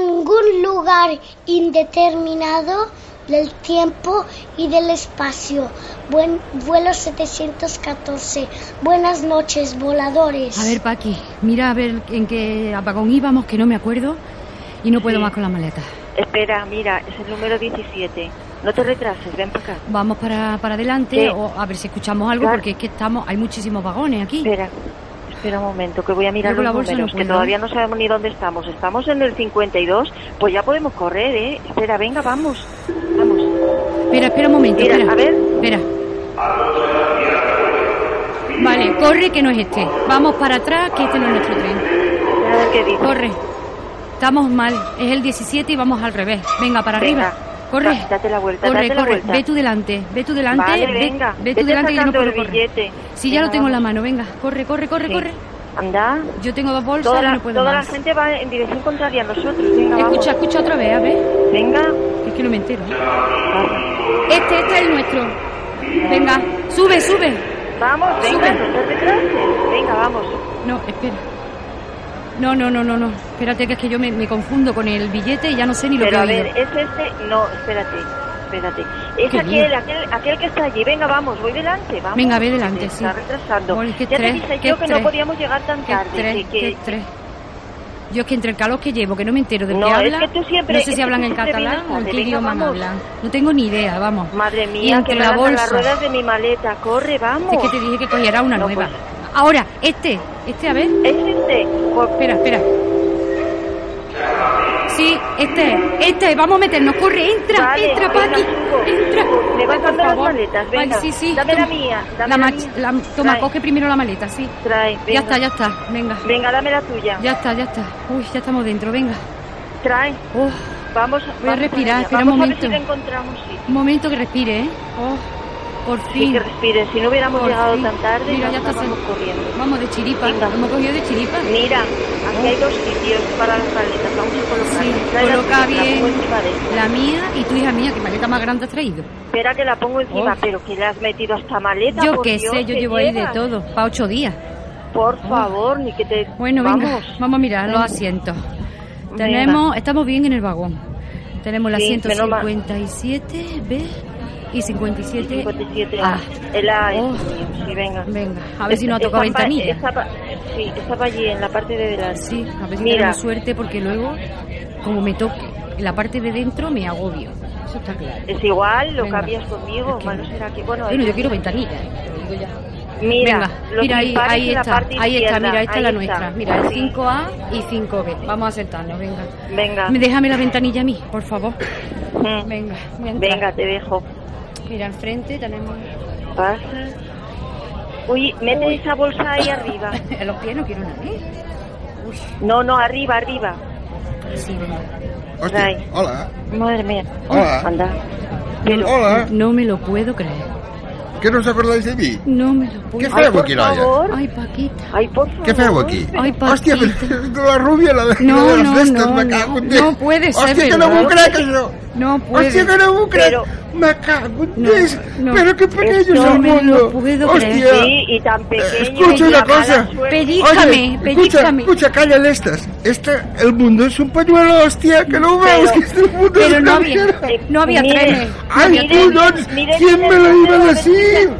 ningún lugar indeterminado del tiempo y del espacio. Buen vuelo 714. Buenas noches, voladores. A ver, Paqui, mira a ver en qué apagón íbamos, que no me acuerdo, y no puedo Sí. más con la maleta. Espera, mira, es el número 17. No te retrases, ven para acá. Vamos para, para adelante, Sí. o a ver si escuchamos algo, Claro. porque es que estamos, hay muchísimos vagones aquí. Espera, espera un momento, que voy a mirar Yo con la los bolsa no números, que puedo. todavía no sabemos ni dónde estamos. Estamos en el 52, pues ya podemos correr, ¿eh? Espera, venga, vamos. Vamos. Espera, espera un momento, Mira, espera. a ver. Espera. Vale, corre que no es este. Vamos para atrás, que este no es nuestro tren. A ver qué dice. Corre. Estamos mal. Es el 17 y vamos al revés. Venga, para Venga. arriba. Corre. Da- date la vuelta, corre, date la corre. vuelta. Ve tú delante. Ve tú delante. Vale, ve, venga. ve tú Vete delante que yo no sacando puedo el correr. billete. Sí, ya Venga, lo tengo en la vamos. mano. Venga, corre, corre, corre, Sí. corre. Anda. Yo tengo dos bolsas Toda, y la, no puedo toda la más. gente va en dirección contraria a nosotros. Venga, escucha, escucha otra vez, a ver. vamos. Venga. Es que no me entero. ¿eh? Vamos, Este, este es el nuestro. Venga, sube, sube. Vamos, venga, Sube. no te retrases. Venga, vamos. No, espera. No, no, no, no, no. Espérate que es que yo me, me confundo con el billete y ya no sé ni lo Pero a que he ver, oído. ¿es este? No, espérate, espérate. Es Qué aquel, lío. aquel, aquel que está allí. Venga, vamos, voy delante, vamos. Venga, ve delante, Se sí. Está retrasando. Bueno, es que ya tres, te dije que yo que tres. no podíamos llegar tan Qué tarde. estrés, que- qué que- estrés. Yo es que entre el calor que llevo, que no me entero de No, qué es habla, que tú siempre- no sé es si que hablan tú en siempre catalán vienes o en tarde. qué Venga, idioma me vamos. hablan. No tengo ni idea, vamos. Madre y mía, entre que me la lanzan bolsa. las ruedas de mi maleta. Corre, vamos. Es que te dije que cogiera una No, nueva. pues. Ahora, este, este, a ver. ¿Es este? Pues, Espera, espera. Sí, este, este, vamos a meternos, corre, entra, Vale, entra, venga, Paqui, subo. entra. Le Ay, vas por dando las favor. maletas, Ay, venga. sí, sí. Dame la toma. mía, dame La la mach- mía. la- toma, Trae. coge primero la maleta, sí. trae, venga. Ya está, ya está, venga. Venga, dame la tuya. Ya está, ya está. Uy, ya estamos dentro, venga. Trae. Oh, Vamos, Voy a respirar, espera vamos un a ver momento. si la encontramos, sí. un momento que respire, ¿eh? Oh, por Sí, fin. que respire. Si no hubiéramos por llegado fin. tan tarde, Mira, ya ya está estábamos sal- corriendo. Vamos de chiripa, Venga. hemos cogido de chiripa. Mira, aquí hay dos sitios para las paletas. Vamos a colocar. Sí, Trae la ¿eh? coloca tuya, la bien pongo encima de esta. la mía y tu hija mía, que maleta más grande has traído. Espera que la pongo encima, Oh. pero que le has metido hasta maleta. Yo por qué Dios, sé, yo ¿qué llevo ahí de llevas? todo, para ocho días. Por favor, ni que te. Bueno, vamos. venga, vamos a mirar los asientos. Venga. Tenemos, estamos bien en el vagón. Tenemos el Sí, asiento menos mal. 57, B y 57. 57. Ah. El A, este Oh. sí, venga. Venga, a ver si no ha Esta- tocado esta pa- ventanilla. esta pa- sí, esta va allí, en la parte de delante. Sí, a ver si Mira. tenemos suerte porque luego, como me toque la parte de dentro, me agobio. Eso está claro. Es igual, lo Venga. cambias conmigo. Es que- Malo será que. Bueno, Bueno, ahí- yo quiero ventanilla, eh, te lo digo ya. Mira, Venga, los mira ahí, dispares ahí en la está, parte ahí está, izquierda, mira, esta es la ahí nuestra. está. Mira, el Sí. 5A y 5B. Vamos a sentarnos, venga. Venga. Déjame la ventanilla a mí, por favor. Mm. Venga, voy a entrar. Venga, te dejo. Mira, enfrente tenemos... Pasa. Uy, mete esa bolsa ahí arriba. En los pies no quiero nada, ¿eh? Uy, No, no, arriba, arriba. sí, venga. Hòstia, Rai. hola. Madre mía. Hola. Anda. Hola. No me lo puedo creer. Que no us acordáis de mi? No me lo puedo Què Ay, feu por aquí, noia? favor. Ay, Paquita. Ay, por favor. Què feu aquí? Ai, Hòstia, Paquita. però la rubia, la de, No, la de les no, festes, no, me no. cago en Déu. No puede ser Hòstia, que no verdad. m'ho crec, això. No Hòstia, que puede. no m'ho crec. Però- Me cago en No, Déu. no. Pero qué pequeño es No el me lo mundo. puedo Hòstia. creer. Sí, y tan pequeño. Eh, Escucha y una la mala cosa. suerte. Pellízcame, Oye, escucha, pellízcame. escucha, calla de estas. Esta, el mundo es un pañuelo, hostia, que no Pero- veus, que este mundo es Pero una no había, mierda. Eh, no había mire, trenes. ¡Ay, Miren, tú, no! miren ¿Quién me lo el iba a número decir?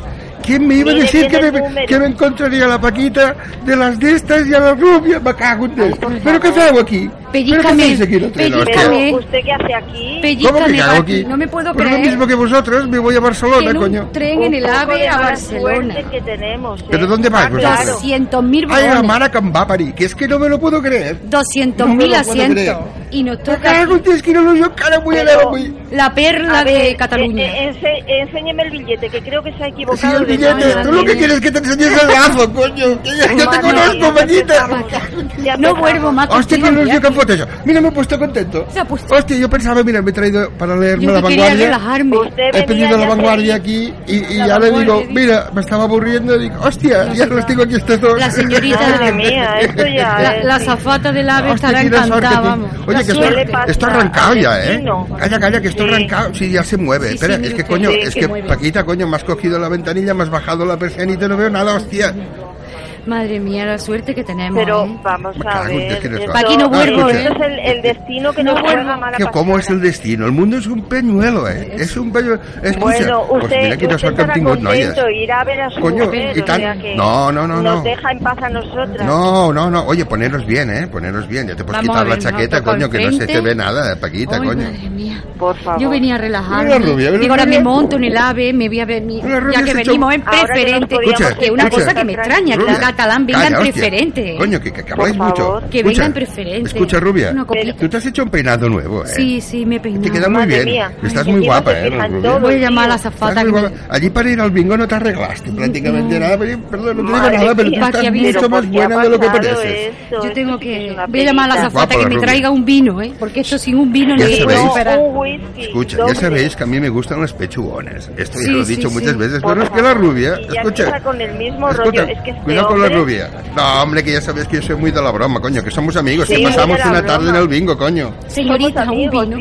¿Quién me iba a Mire, decir tiene que el me, número. que me encontraría la Paquita de las de estas y a la rubia? Me cago en Dios. por ¿Pero qué favor. hago aquí? ¿Pero qué Pellízcame, hacéis aquí los tres, pellízcame. hostia? Espérame. Pero, ¿usted qué hace aquí? ¿Cómo Pellízcame, que hago Paqui, aquí? no me puedo Por creer lo mismo que vosotros, me voy a Barcelona, en un coño. tren en el Un poco AVE de a mala Barcelona. suerte que tenemos, ¿eh? ¿Pero dónde vais Ah, vosotros? claro. 200.000 Ay, la vagones. mara que em va parir, que es que no me lo puedo creer. 200.000 No me lo puedo asientos. creer. Y nos Me toca cago en Dios, que no lo yo cara muy Pero- helado, muy... la perla A ver, de Cataluña. eh, eh, ense- enséñeme el billete, que creo que se ha Sí, equivocado. el de billete, número. tú lo que quieres es que te enseñes el lazo, coño. Que ya, ya te Madre conozco, mía, Paquita. ya empezamos, ya no empezamos. vuelvo más. Hostia, contigo que al no viaje. yo campo yo. Mira, me he puesto contento. Se ha puesto. Hostia, yo pensaba, mira, me he traído para leerme Yo la que quería vanguardia. relajarme. Usted He venía pedido la ya vanguardia feliz. aquí y, y La ya le vanguardia, digo, dice. mira, me estaba aburriendo y digo, hostia, No ya se los va. tengo aquí estos dos. La señorita Madre mía, esto ya. La, es- la zafata del ave Hostia, estará qué suerte, encantada, tío. vamos. Oye, La que suerte. ¿Qué le esto, pasa esto ha arrancado ya, ¿eh? Argentino? Calla, calla, que esto ha Sí. arrancado. Sí, ya se mueve. Sí, sí, Espera, es mire que, usted, coño, sí, es que que, mueve. Paquita, coño, me has cogido la ventanilla, me has bajado la persianita, no veo nada, hostia. Madre mía, la suerte que tenemos. Pero ¿eh? vamos Me a cago en ver. Dios, que no esto- sabe. Aquí no vuelvo, Esto ¿eh? es el, el destino que No nos vuelvo. juega mala Que Ah, ¿Cómo es pasada. el destino? El mundo es un peñuelo, ¿eh? Es un peñuelo. Escucha, Bueno, usted, pues mira que usted nosotros estará tingut noies. contento, irá a ver a su Coño, mujer, y o tant. sea que No, no, no, Nos no. deja en paz a nosotras. No, no, no. Oye, poneros bien, ¿eh? Poneros bien. Ya te puedes Vamos quitar a la ver, nos toca chaqueta, el coño, que no se te frente. ve nada, Paquita, Ay, coño. Madre mía. Por favor. Yo venía a relajarme. Mira, rubia, mira, Digo, ahora rubia. me monto en el ave, me voy a ver mi... Mira, rubia, Ya que has hecho- venimos en Ahora que nos preferente. podíamos Escucha, que una escucha. cosa que me extraña, que Rubia, los catalán vengan calla, hostia. preferente. Coño, que, que acabáis Por favor. mucho. Que Escucha, vengan preferente. Escucha, Rubia, Una copla- tú te has hecho un peinado nuevo, ¿eh? Sí, sí, me he peinado. Te queda muy Madre bien. mía. Estás Ay, muy encima guapa, se ¿eh, fijan Rubia? todos. Voy a llamar a la Estás azafata. muy que me- guapa. Allí para ir al bingo no te arreglaste prácticamente nada. pero yo- Perdón, no te digo Madre nada, pero tú mía, estás Paqui, mucho pero más buena de lo que pareces. Yo tengo que... Voy a llamar a la Guapa azafata la que me rubia. traiga un vino, ¿eh? Porque esto sin un vino Ya ni sabéis. Oh, superar. Escucha, ya sabéis que a mí me gustan los pechugones. Esto ya Sí, lo he sí, dicho sí. muchas veces. Bueno, es que la rubia, Y ya escucha. empieza con el mismo escucha, rollo. Es que este cuidado con la hombre- rubia. No, hombre, que ya sabéis que yo soy muy de la broma, coño, que somos amigos, Sí, que muy de pasamos la una broma. tarde en el bingo, coño. oh, Señorita, un vino.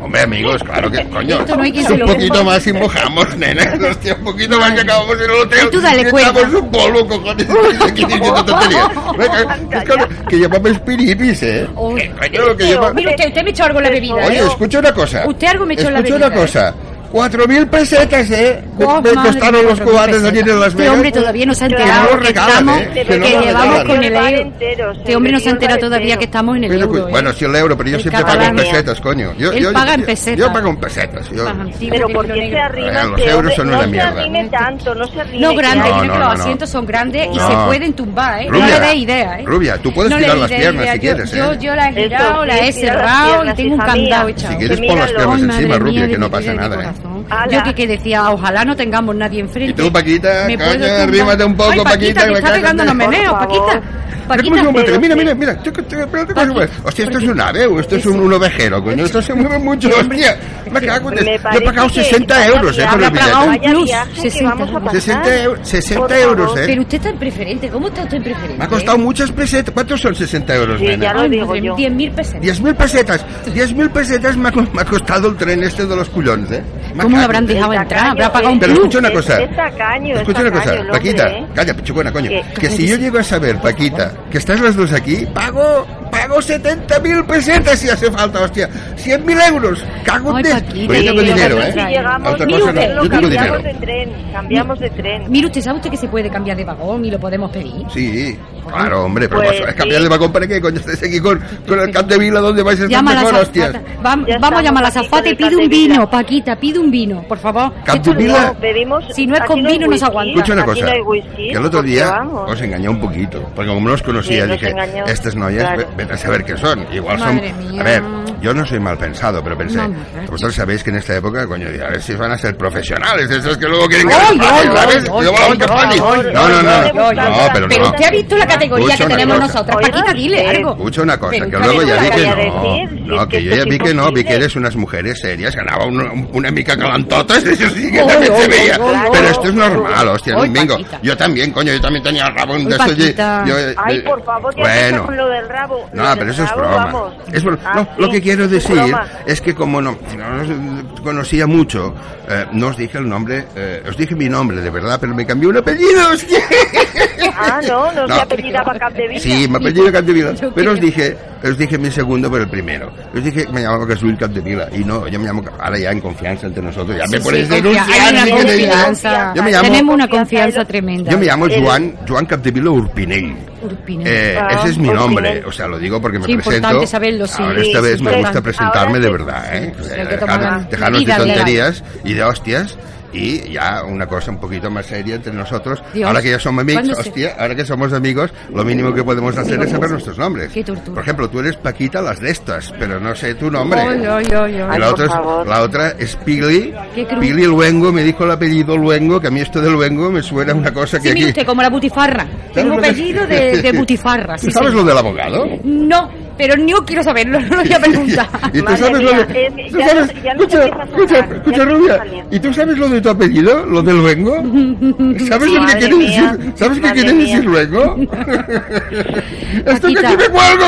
Hombre, amigos, claro que coño. Esto no hay quien se un lo poquito deje. más y mojamos, nena. Hostia, un poquito más y acabamos en el hotel. Y tú dale Y cuerda. echamos un polvo, cojones. Aquí diciendo tonterías. Venga, es que- Que llevamos piripis, eh. Oh. Eh, coño, lo que lleva- Mire usted, usted me echó algo en la bebida, ¿eh? Oye, escucha una cosa. Usted algo me echó en la Escucha bebida, ¿eh? una cosa. 4.000 pesetas, ¿eh? Me- Oh, me madre costaron mía, los cubanos allí en Las Este Vegas. hombre todavía no se ha Que no enterado lo que, regalan, estamos, ¿eh? que, no lo llevamos regalan. con el Bar euro. entero, se Este hombre no se ha bebió el bar enterado todavía entero. que estamos en el Mira, euro. cu- ¿eh? bueno, sí, el euro, pero yo El siempre pago en catalán. pesetas, coño. Yo, Él yo, paga en yo- pesetas. Yo pago en pesetas. Yo, Pagan, sí, Pero porque ¿por lo qué se negro- Eh, arrima los este euros hombre? son No una se mierda. arrime tanto, no se arrime. No grande, No, mira no, que los no, no. asientos son grandes y No. se pueden tumbar, ¿eh? Rubia, no le dé idea, ¿eh? Rubia, tú puedes No le girar dé las piernas idea. si Yo- quieres, Yo, ¿eh? yo las he Esto, girado, las he tienes que girar las cerrado y piernas, tengo un hija mía. candado Si echado. quieres, Que pon las míralo. piernas Ay, madre encima, Rubia, mía, que de no mi vida pasa y de mi nada, ¿eh? corazón. Ala. Yo que, que decía, ojalá no tengamos nadie enfrente. Y tú, Paquita, Me puedo coño, tumbar. arrímate un poco, Ay, Paquita, Paquita, que que me está cago en pegando Dios. los meneos, Por Paquita. favor. Mira cómo Paquita, se mueve, pero- mira, mira, mira. Chica, chica, espérate que se mueve. Hostia, esto es un ave, o esto es un, un ovejero, coño. Esto se mueve mucho, hostia. Me cago en Me Dios. Yo he parece pagado que 60 vaya euros, eh, viaje, por el Habrá pagado un billete. vaya plus, viaje que 60. vamos a pasar. 60, eu- 60 Por euros, favor. eh. Pero usted está en preferente. ¿Cómo está usted en preferente? ¿Eh? Me ha costado muchas pesetas. ¿Cuántos son 60 euros, Sí, nena? ya lo digo yo. 10.000 pesetas. 10.000 pesetas. 10.000 pesetas me ha, co- me ha costado el tren este de los culones, ¿eh? Me ¿Cómo lo cago. habrán dejado Es entrar? tacaño, ¿Habrá pagado es- un Pero plus? escucha una cosa. Es tacaño, es escucha una cosa, tacaño el hombre, Paquita. ¿eh? Calla, pichucona, coño. Que- Que si yo llego a saber, Paquita, que estás las dos aquí, pago, pago 70.000 pesetas si hace falta, hostia. 100.000 euros. Cago Ay, en Dios. Paquita, Pues yo tengo sí, dinero, nosotros ¿eh? Si Otra llegamos, cosa Mire no, usted, yo tengo dinero. cambiamos de tren, cambiamos de tren. Mire usted, ¿sabe usted que se puede cambiar de vagón y lo podemos pedir? Sí, claro, hombre, pero Pues vosotros, es sí. cambiar de vagón para qué, coño, estáis aquí con, con el Cap de Vila donde vais a estar Llama a la mejor, hostias. azafata. Vam- Ya vamos a estamos llamar a la aquí azafata con y el pide cartel un de vino, Vila. Paquita, pide un vino, por favor. Cap Esto de no- Vila. Pedimos, Si no es aquí con hay vino, no se whisky, aguanta. Escucha una aquí cosa, no hay whisky, que el otro porque día vamos. os engañé un poquito, porque como no os conocía Sí, nos dije, engañó, estas noias, claro. ve- ven a saber qué son, igual son... Madre mía. A ver, yo no soy mal pensado, pero pensé, No, no, no. vosotros sabéis que en esta época, coño, a ver si van a ser profesionales, de esos que luego quieren que Ay, les pague, ay, ¿sabes? ay, Cuidado con ay, que ay, pague. ay, No, no, ay, no, ay, no, pero Pero no. usted ha visto la categoría Escucha que una tenemos cosa. nosotras. Oiga Paquita, dile usted. algo. Escucha una cosa, Pero que usted luego no ya la vi que vaya no. a decir, si es no, que que yo esto ya es vi que no, vi que imposible. eres unas mujeres serias, ganaba un- un- una mica calantotas, eso sí que Oy, también oy, se veía. oy, oy, Pero oy. esto es normal, hostia, no Oy, un bingo. Paquita. Yo también, coño, yo también tenía el rabo en Oy, de esto, oye, Paquita. yo, eh, Ay, eh, por favor, ya empieza Bueno. con lo del rabo. Lo No, del pero eso es rabo, broma. vamos. Es broma. Ah, No, lo sí, que quiero es decir broma. es que como no, no nos conocía mucho, eh, no os dije el nombre, eh, os dije mi nombre, de verdad, pero me cambió un apellido, hostia. Ah, no, no, No. se apellidaba Capdevila. Sí, me apellido Capdevila. Yo Pero os creo. dije, os dije mi segundo por el primero. Os dije que me llamaba Casull Capdevila. Y no, yo me llamo, ahora ya en confianza entre nosotros, ya me Sí, podéis sí, denunciar. confía- hay una si queréis, ¿eh? confianza. Yo me llamo, Tenemos una Confianza confianza en- tremenda. yo me llamo El- Joan, Joan Capdevila Urpinell. Urpina. Eh, Ah, ese es mi Urpinell. nombre, o sea, lo digo porque me Sí, presento. importante saberlo, sí. Ahora esta Sí, vez me gusta importante. presentarme Ahora de sí. verdad, ¿eh? O sea, Hay que dejar- tomar dejarnos de medidas legales. tonterías y de hostias y ya una cosa un poquito más seria entre nosotros. Dios. Ahora que ya somos amigos, ¿Cuándo se- hostia, ahora que somos amigos, lo mínimo que podemos hacer es saber nuestros nombres. Qué tortura. Por ejemplo, tú eres Paquita las de estas, pero no sé tu nombre. Oy, oy, oy, oy. Y Ay, la, por otra es, favor. la otra es Pigli. Qué cruz. Pigli Luengo, me dijo el apellido Luengo, que a mí esto de Luengo me suena a una cosa que Sí, mire aquí... usted, como la butifarra. ¿Sabes Tengo lo que- apellido de, de butifarra. sí, ¿Sabes señor. lo del abogado? No, Pero no quiero saberlo, no lo voy a preguntar. Y, y tú Madre sabes lo mía, de... es- tú ya sabes- no- ya no Escucha, te empiezas a escucha, salir, ya escucha, no te Rubia. empiezas a salir. ¿Y tú sabes lo de tu apellido? ¿Lo del luengo? ¿Sabes lo que Madre quiere mía, decir? ¿Sabes qué madre quiere mía. decir luengo? Estoy que Paquita. aquí me cuelgo.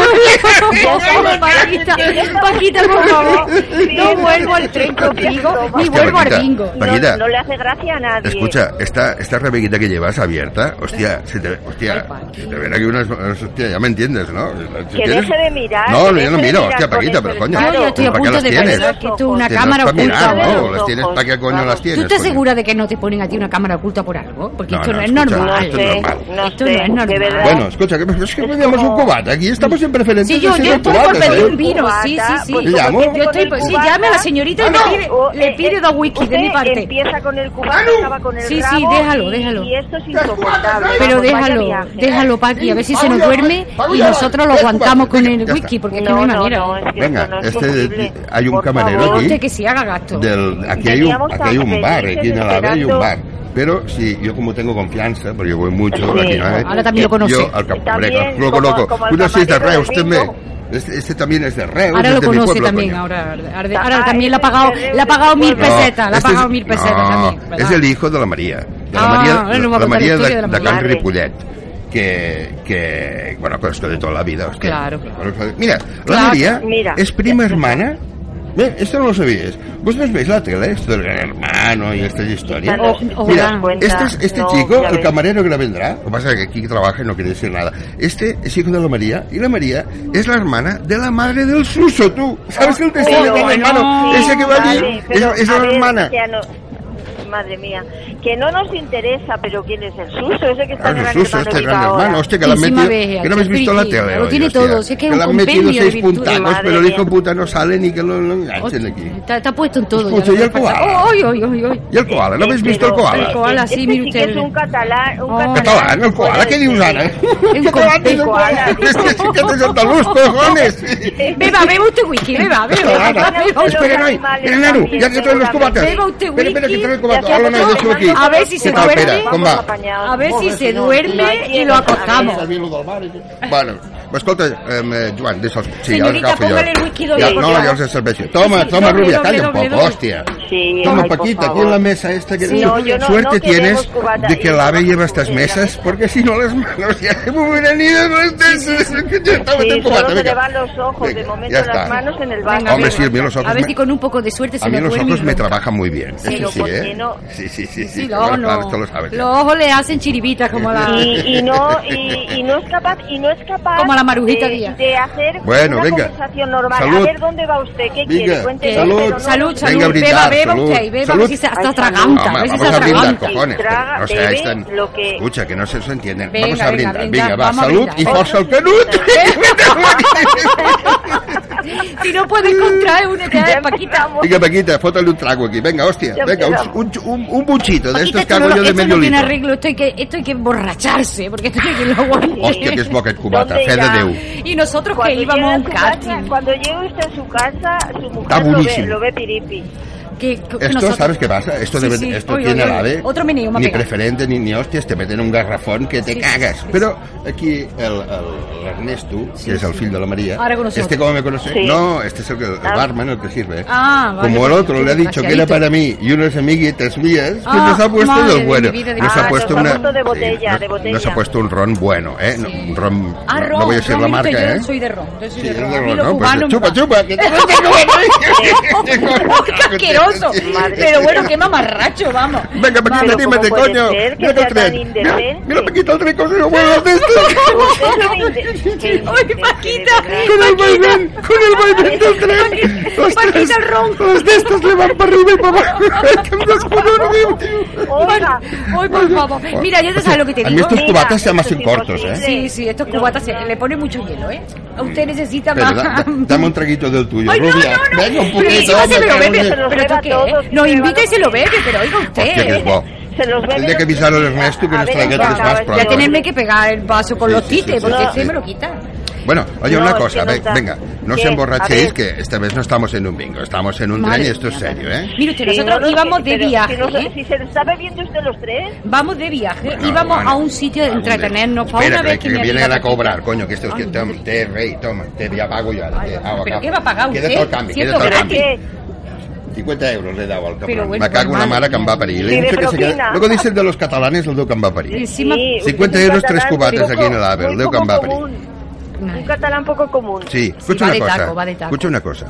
Paquita, Paquita, por favor, no vuelvo al tren contigo, ni Hostia, vuelvo Paquita. al bingo. Paquita. No, no le hace gracia a nadie. Escucha, esta, esta rebequita que llevas abierta, hostia, se te, hostia, se te ven aquí unas, hostia, ya me entiendes, ¿no? Si Que quieres- deje de mirar. No, que deje de yo no miro, mirar hostia, con Paquita, eso, pero coño. No, yo estoy a ¿para qué punto las de tienes? pensar que tú una Si no cámara es para oculta. mirar, de ¿no? los Las tienes, ojos. ¿para qué coño Vamos. las ¿Tú tienes? estás coño? segura de que no te ponen a ti una cámara oculta por algo? Porque No, esto no, no, es escucha, normal. esto es normal. No esto no sé, es de normal. verdad. Bueno, escucha, que me- es que me llamas un cobata, aquí estamos en preferencia. Sí, yo, yo estoy por ¿eh? pedir un vino, sí, sí, sí. ¿Le llamo? eh, Yo estoy, por- sí, llame a la señorita y le pide, le pide dos whisky de mi parte. eh, Empieza con el cubano, acaba con el Sí, sí, rabo déjalo, y- déjalo. Y esto es insoportable. Pero vamos, vaya déjalo, viaje. déjalo, Paqui, a ver si se nos Vamos, duerme vamos, y vamos, nosotros lo vamos, aguantamos con venga, el ya whisky, está. porque es que no No, hay no, manera. no, es que Venga, esto no es este- posible. hay un Por camarero favor. aquí. Usted que sí haga gasto. Del, aquí, hay un, Teníamos aquí hay un que bar, seguir aquí en el AVE hay un esperando. bar. Pero sí, yo como tengo confianza, porque yo voy mucho, Sí. aquí, ¿no? ¿eh? Ahora también lo conoce. Yo al campo, hombre, También, lo como- conozco. como el Uno sí es de camarero Reus, del usted me... bingo. Este, este también es de Reus, Ahora es lo de mi conoce pueblo, también, coño. ahora, ahora, Ah, ahora también le ha es de pagado, Reus, le ha de pagado tu mil pueblo. No, pesetas, le ha este pagado es- mil pesetas no, también. ¿verdad? Es el hijo de la María. De Ah, la ahora María, nos va la, a contar la María de, historia de la de Can María. Ripollet. Que, que, bueno, conozco de toda la vida. hostia. Claro. Mira, la Claro. María Mira. es prima hermana. Ve, esto no lo sabíais. Vosotros veis la tele, esto del gran hermano y estas historias. O- o Mira, gran. este, es- este No, chico, ya el ves. camarero que la vendrá, lo que pasa es que aquí trabaja y no quiere decir nada. Este es hijo de la María y la María es la hermana de la madre del Suso, tú. Oh, ¿Sabes el testigo Pero del Este hermano? no, Ese que va allí vale, es, pero, es a la ver, hermana. que a no- madre mía, que no nos interesa, pero ¿quién es el suso? Ese que está en Claro, Gran Suso, Hermano este gran ahora. hermano, hostia, que le han Sí, sí, me metido, ve, que no habéis aquí, visto la aquí, tele. lo hoy, tiene hostia. todo, si es que es un le han metido compendio de seis virtudes. puntacos, Madre pero el hijo mía. puta no sale ni que lo, lo enganchen aquí. Está, está puesto en todo. Escucha, ¿y el koala? ¡Oy, oy, oy, oy! ¿Y el koala? ¿No habéis Pero visto el el koala? koala. sí, este mire sí que usted. es un catalán, un Oh. catalán. Catalán, el koala, ¿qué dius ara? Un Catalán, dius el koala. koala. Este sí que és andalús, cojones. Beba, beba usted whisky, beba, beba. Catalana. beba, beba. Los Espera, noi, animales espera, nano, también, ja que traen los cubates. Beba usted Espera, espera, que whisky, traen el ya cubata. que no- Hola, noi, deixo aquí. A ver si se Què tal, duerme. Pere? Com va? A ver si se duerme y lo Pues acostamos. Bueno, escolta, eh, Joan, deixa'ls... Sí, ja els Senyorita, agafo jo. póngale el whisky doble, Ja, por no, favor. ja els serveixo. Toma, Sí, sí, toma, doble, Rubia, doble, calla un doble, poco, doble. hostia. Sí, Toma, ay, por Paquita, aquí favor. en la mesa esta que... Sí, no, yo no- Suerte no tienes queremos cubata. de que la AVE lleva estas mesas, porque si no las manos ya se me hubieran ido. No estés... Sí, solo se le van los ojos, de momento las manos en el Venga, baño. Hombre, beba. sí, a mí los ojos A ver me- si con un poco de suerte A se mí le los duerme. ojos y me ronca. trabajan muy bien. Pero Eso sí, ¿por qué ¿eh? no? Sí, sí, sí. Sí, sí, los claro, ojos claro, no. esto lo sabes. Los ojos le hacen chiribitas como la... Y, y no y, y no es capaz y no es capaz Como la Marujita de, Díaz. de hacer Bueno, una venga. conversación normal Salud. a ver dónde va usted qué Venga, quiere Eh, cuénteme salud. pero no- Salud, Venga, a salud, beba, brindar, beba salud, usted y beba, a salud. ver si se hasta Ay, atraganta, Hombre, a ver si se Ah, vamos a brindar, atraganta. cojones. Traga, No sé, bebe esto- lo que- Escucha, que no se os entiende. Venga, vamos a venga, brindar. Venga, brindar, va, vamos a salud y brindar. força el canut. Si no puedes contraer, únete a Paquita. Estamos- Venga, Paquita, fótale un trago aquí. Venga, hostia. Ya Venga, empezamos. un, un, un buchito de Paquita, estos que esto hago no, yo de esto medio no tiene litro. arreglo, esto hay que, esto hay que emborracharse, porque esto no hay quien lo aguante. Hòstia, que és bo aquest cubata, ¿Dónde fe de irá? Déu. Y nosotros que cuando íbamos llega a a un su casa, karting. cuando llegue usted a su casa su mujer Está lo ve, buenísimo. lo ve piripi Que, que Esto, nosotros- ¿sabes qué pasa? Esto, Sí, debe- sí. esto Uy, uy, tiene uy. el ave. Otro meneo me ha ni pegado. preferente ni, ni hostias, te meten un garrafón que te Sí, sí, cagas. sí, sí. Pero aquí el, el Ernesto, que es el hijo de la María, Ahora con nosotros. este como me conoce, Sí. no, este es el, que- el Ah. barman, el que sirve. Ah, vale, como el vale, otro qué le ha dicho que era desgraciadito. para mí y unos amiguitas mías, pues Ah, nos ha puesto madre del de bueno. mi vida, de nos mi ha vida. puesto Nos ha una. puesto de botella, nos- de botella. Nos ha puesto un ron bueno, ¿eh? No, un ron. Ah, no- ron, no voy a decir ron, la mira, marca, yo ¿eh? soy de ron, yo soy Sí, de es ron. de A mí ron, lo ¿no? Pues cubano me chupa, va. chupa, que te ¡Qué asqueroso! Pero bueno, qué mamarracho, vamos. Venga, Paquita, Pero dímete, ¿cómo puede coño. ser que Mira que sea tan tres. Mira, indecente? mira, Paquita, el rico se lo vuelve de eh, Usted es un inde- que- que- ¡Ay, que Paquita! de verdad. Con el vaivén, con el vaivén del tren. Los tres, Paquita, el ron. los de estos le van para arriba y para abajo. Que me los pone un tío. Oiga, Hoy, por favor. Mira, yo te sabes lo que te A mí digo. estos Mira, cubatas se llaman esto es sin cortos, imposible. ¿eh? Sí, sí, estos cubatas se- le ponen mucho hielo, ¿eh? A usted necesita Pero más. da- da- dame un traguito del tuyo, Ay, no, rubia. no, no. Venga, un Pero poquito. encima se hombre, lo que bebe, rubia. los pero beba tú qué, todos, Nos se invita lleva y se lo bebe, pero oiga Hostia, que usted. es bo. se los bebe El día que avisar al Ernesto que A nos ver, traiga venga, tres más caballo. para Ya Pero- tenerme que pegar el vaso con Sí, los sí, sí, tites, sí, porque sí, este sí. me lo quita. Bueno, oye, No, una es que cosa, no ve- está. venga, no ¿Qué? se A emborrachéis, ver. que esta vez no estamos en un bingo, estamos en un Madre tren y esto es mía, serio, madre. ¿eh? Mire usted, Sí, nosotros no, no, íbamos sí, de pero viaje. Si, no- ¿eh? si se lo está bebiendo usted los tres, Vamos de viaje Bueno, y vamos bueno, a un sitio de algún día. entretenernos para Espera, una que, vez que, que me vienen amiga a Pepita- cobrar, coño, que esto es Ay, que te, te rey, toma, te ya pago yo ahora. Ay, te pero hago ¿pero acá. qué va a pagar Queda usted? tot el canvi, Si queda esto tot el pero es canvi. gratis. que 50 euros li deu al Però cabron. bueno, Me cago en la madre mare que em va mía. parir. Sí, Le he de dicho que se queda- propina. Lo que dicen de los catalanes, el deu que em va parir. Sí, sí, ma- Sí, 50 un euros, catalán tres cubates poco- aquí en el Haber, muy Déu que em va poco parir. común. Ay. Un catalán poco común. Sí, escucha va una de cosa. taco, va de taco. Escucha una cosa.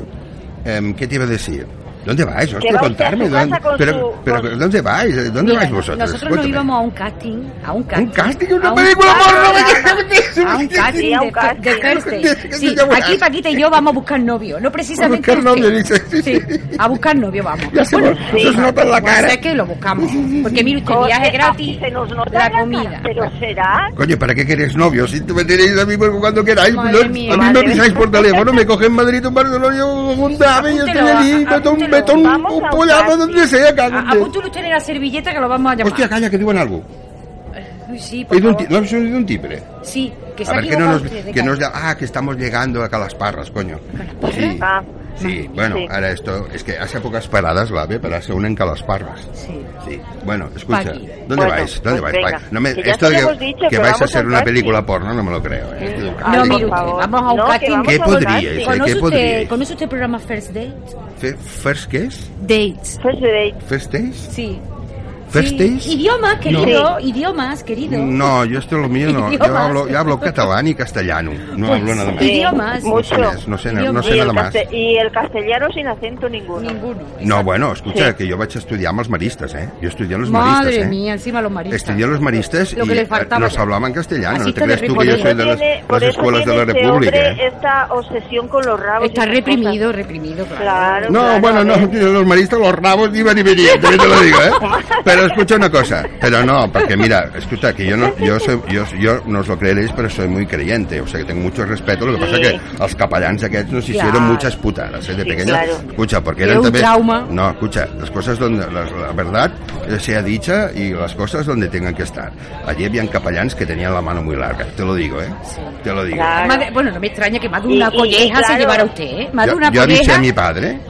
Em, ¿Qué te iba a decir? ¿Dónde vais? Hostia, va usted contarme. a su ¿dónde- casa con pero, su- pero, con- ¿dónde vais? ¿Dónde Mira, vais vosotros? Nosotros nos Cuéntame. íbamos a un casting, a un ¿Un casting. casting? a ¿Una un película casting. porno? A un casting a un de, casting. de Thursday. Que se Sí, llama- aquí Paquita y yo vamos a buscar novio, no precisamente. A buscar novio, usted. dice, sí, Sí, sí. a buscar novio vamos. Ya se Bueno, va- se os nota en la pues cara. Es que lo buscamos. Porque mire usted, Porque viaje aquí gratis, se nos nota la cara, comida. Pero será. Coño, ¿para qué queréis novio? Si tú me tenéis a mí por cuando queráis, Madre pues, mía. a mí me Madre. avisáis por teléfono, me cogen Madrid, un Barcelona, yo un Dame, yo estoy Apúntelo, allí, a- meto un, apúntelo. meto un, Vamos a un un pollado casting. pues, donde sea, cago en A- Dios. Apúntale usted en la servilleta que lo vamos a llamar. Hostia, calla, que diuen algo. Uy, sí, por He ido un ti- favor. ¿Lo habéis oído un tiple? Sí, que se A ha ver, que no equivocado nos, usted de que nos calle. da, ah, que estamos llegando acá a las parras, coño. Sí, Ah, sí, bueno, Sí. ahora esto, es que hace pocas paradas, ¿vale? Pero se unen a las parras. Sí. Sí. Bueno, escucha, Paqui. ¿dónde Bueno, vais? ¿Dónde pues vais? venga, Vaya, No me, que ya esto te de lo hemos dicho, que pero vais a vamos hacer al una casting. película porno, no me lo creo. ¿eh? Esto es un Ah, casting. No, por mire usted, favor. vamos a un No, que casting. vamos ¿Qué a podríais? donar, sí. Eh, ¿Qué ¿Conoce usted, podríais? ¿Conoce usted el programa First Dates? Fe- ¿First qué es? Dates. First date. ¿First days? Sí. ¿First Sí. days? Idiomas, querido. No. Idiomas, querido. No, yo esto lo mío no. Yo Idiomas. hablo, yo hablo catalán y castellano. No Pues, hablo nada más. sí. Idiomas. No sé Mucho. más, no sé, na- no sé y, nada el más. caste- y el castellano sin acento ninguno. Ninguno. No, bueno, escucha, Sí. que yo vaig a estudiar amb els maristes, eh? Jo estudié amb els Madre maristes, eh? mía, encima los maristas. Estudié los maristas Lo que y le eh, faltaba nos ya. hablaban castellano. Así no te está de creas tú que yo reponer. soy de las, Tiene- las por eso escuelas de la tiene este República. hombre ¿eh? Esta obsesión con los rabos. y Está esas reprimido, reprimido, cosas. claro. Claro. No, claro, bueno, a no, ver. tío, los maristas, los rabos iban y venían, también te lo digo, ¿eh? Pero escucha una cosa, pero no, porque mira, escucha, que yo no, yo soy, yo, yo no os lo creeréis, pero soy muy creyente, o sea que tengo mucho respeto, lo que pasa que los capellans aquests nos hicieron Claro. muchas putadas, ¿eh? De Sí, pequeños, claro. escucha, porque Era eran un también... trauma. No, escucha, las cosas donde, las- la verdad eh, sea dicha y las cosas donde tengan que estar. Allí habían capellans que tenían la mano muy larga, te lo digo, ¿eh? Te lo digo. Claro. Más de- bueno, no me extraña que más de Y- una y- colleja se claro. llevara usted, ¿eh? Más de Yo, una yo avisé colleja. a mi padre.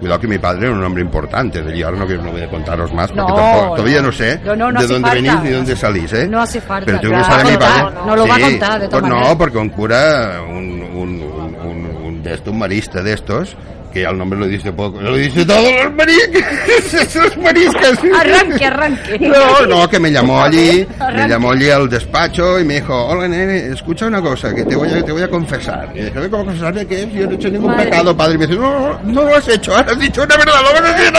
Cuidado que mi padre era un hombre importante. De ahora no, que no voy a contaros más porque No, tampoco- todavía no. no sé No, no, no de hace dónde falta. venís ni dónde salís, ¿eh? No hace falta, Pero tengo claro. que saber a mi No lo va a padre. contar, no lo va a contar, de todas pues maneras. No, porque un cura, un, un, un, un, un de esto, un marista de estos, que al nombre lo dice poco, lo dice todos los mariscas, esos mariscas. Arranque, arranque. No, no, que me llamó allí, me Arranque. llamó allí al despacho y me dijo, hola nene, escucha una cosa, que te voy a, te voy a confesar. Y dije, "Oye, ¿cómo confesarme qué es? Yo no he hecho ningún Madre. pecado, padre. Y me dice, no, no, no lo has hecho, ahora has dicho una verdad, lo vas a decir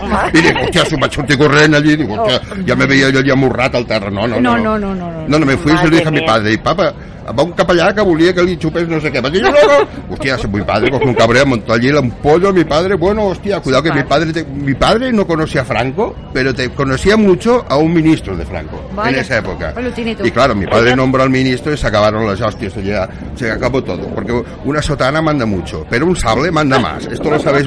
ahora. y digo, hostia, su machote corren allí, digo, hostia, ya me veía yo allí amurrat al terra. No, no, no. No, no, no, no, no. No, no, me fui y se lo Madre dije a mi mía. padre, y papá, va un capellà que volia que li chupes no sé qué. Va dir, no, no. Hostia, soy muy padre, pues, cogió un cabreo, montó allí el ampollo, mi padre, bueno, hostia, cuidado que mi padre, te- mi padre no conocía a Franco, pero te conocía mucho a un ministro de Franco Vaya. en esa época. Pues lo tiene todo. Y claro, mi padre nombró al ministro y se acabaron las hostias allá, se acabó todo, porque una sotana manda mucho, pero un sable manda más. Esto lo sabéis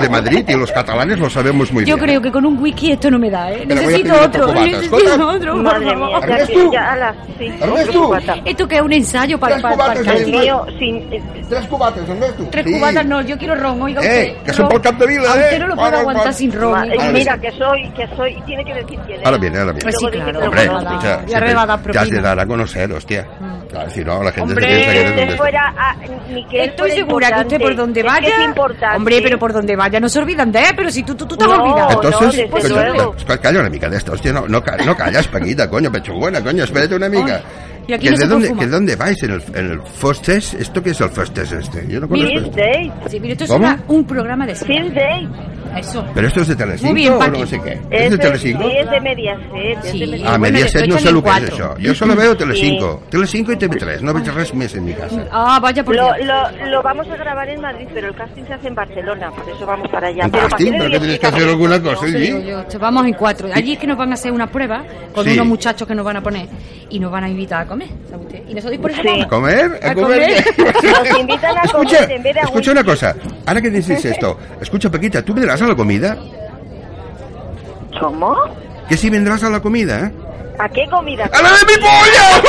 de Madrid y los catalanes lo sabemos muy Yo bien. creo que con un whisky esto no me da, ¿eh? Pero voy a necesito pedir otro otro, cubata, necesito escolta. otro, por Madre mía. favor. o sea, ¿Arribes que tú? Ya, ala, sí. ¿Arribes tú? Cuata. ¿Esto que es un ensayo para, Tres para, para cubatas, el Dios Sí. casting? mío, sin... eh, Tres cubates, Ernesto. Tres Sí. cubatas no, yo quiero ron, oiga Eh, usted. que son ron. por Capdevila, A eh. usted no lo puedo Ahora, aguantar ahora. sin ron. Ma- eh. Ahora Mira, sí. que soy, que soy... Tiene que decir quién es. Ahora viene, ahora viene. Pues sí, Luego dice claro. que lo Hombre, Ahora conozco. va. escucha, Ya Mm. siempre arriba da te has de propina. dar a conocer, hostia. Claro, si no, la gente Hombre, se piensa que eres Si un usted desastre. fuera a- ni que él Estoy fuera segura que usted por importante. donde Es que vaya. es importante. Hombre, pero por donde vaya no se olvidan de él, pero si tú, tú, tú te has No, olvidado. no, Entonces, desde coño, luego. pues, pues, calla una mica de esto, hostia, no, no, ca- no callas, Paquita, coño, pechugona, coño, espérate una mica. Ay, y aquí ¿Que, no de se dónde, perfuma. ¿Que dónde vais en el, en el first test? ¿Esto qué es el first test este? Yo no conozco First esto. date. Sí, mira, esto es ¿Cómo? una- un programa de cine. First date. Eso. ¿Pero esto es de Telecinco Muy bien, o Paqui. no sé qué? ¿Es Este Es de de, Telecinco? sí, es de Mediaset. es de Sí. Ah, Bueno, Mediaset lo no echan sé en lo que es cuatro. això. Jo solo veo Telecinco. Telecinco y TV3. No veig res més en mi casa. Ah, vaya por Lo, Dios. lo, lo vamos a grabar en Madrid, pero el casting se hace en Barcelona, por eso vamos para allá. Un Pero casting, para pero que tienes que hacer alguna cosa. Te digo ¿sí? yo, te vamos en cuatro. Allí es que nos van a hacer una prueba con Sí. unos muchachos que nos van a poner y nos van a invitar a comer, ¿sabe usted? Y nosotros por eso Sí. ¿A vamos. comer? ¿A A comer? comer. Nos invitan a escucha, comer en vez de a un- escucha una cosa. Ahora que dices esto, escucha, Paquita, ¿tú vendrás a la comida? ¿Cómo? Que si vendrás a la comida, ¿eh? ¿A qué comida? ¡A la de mi polla!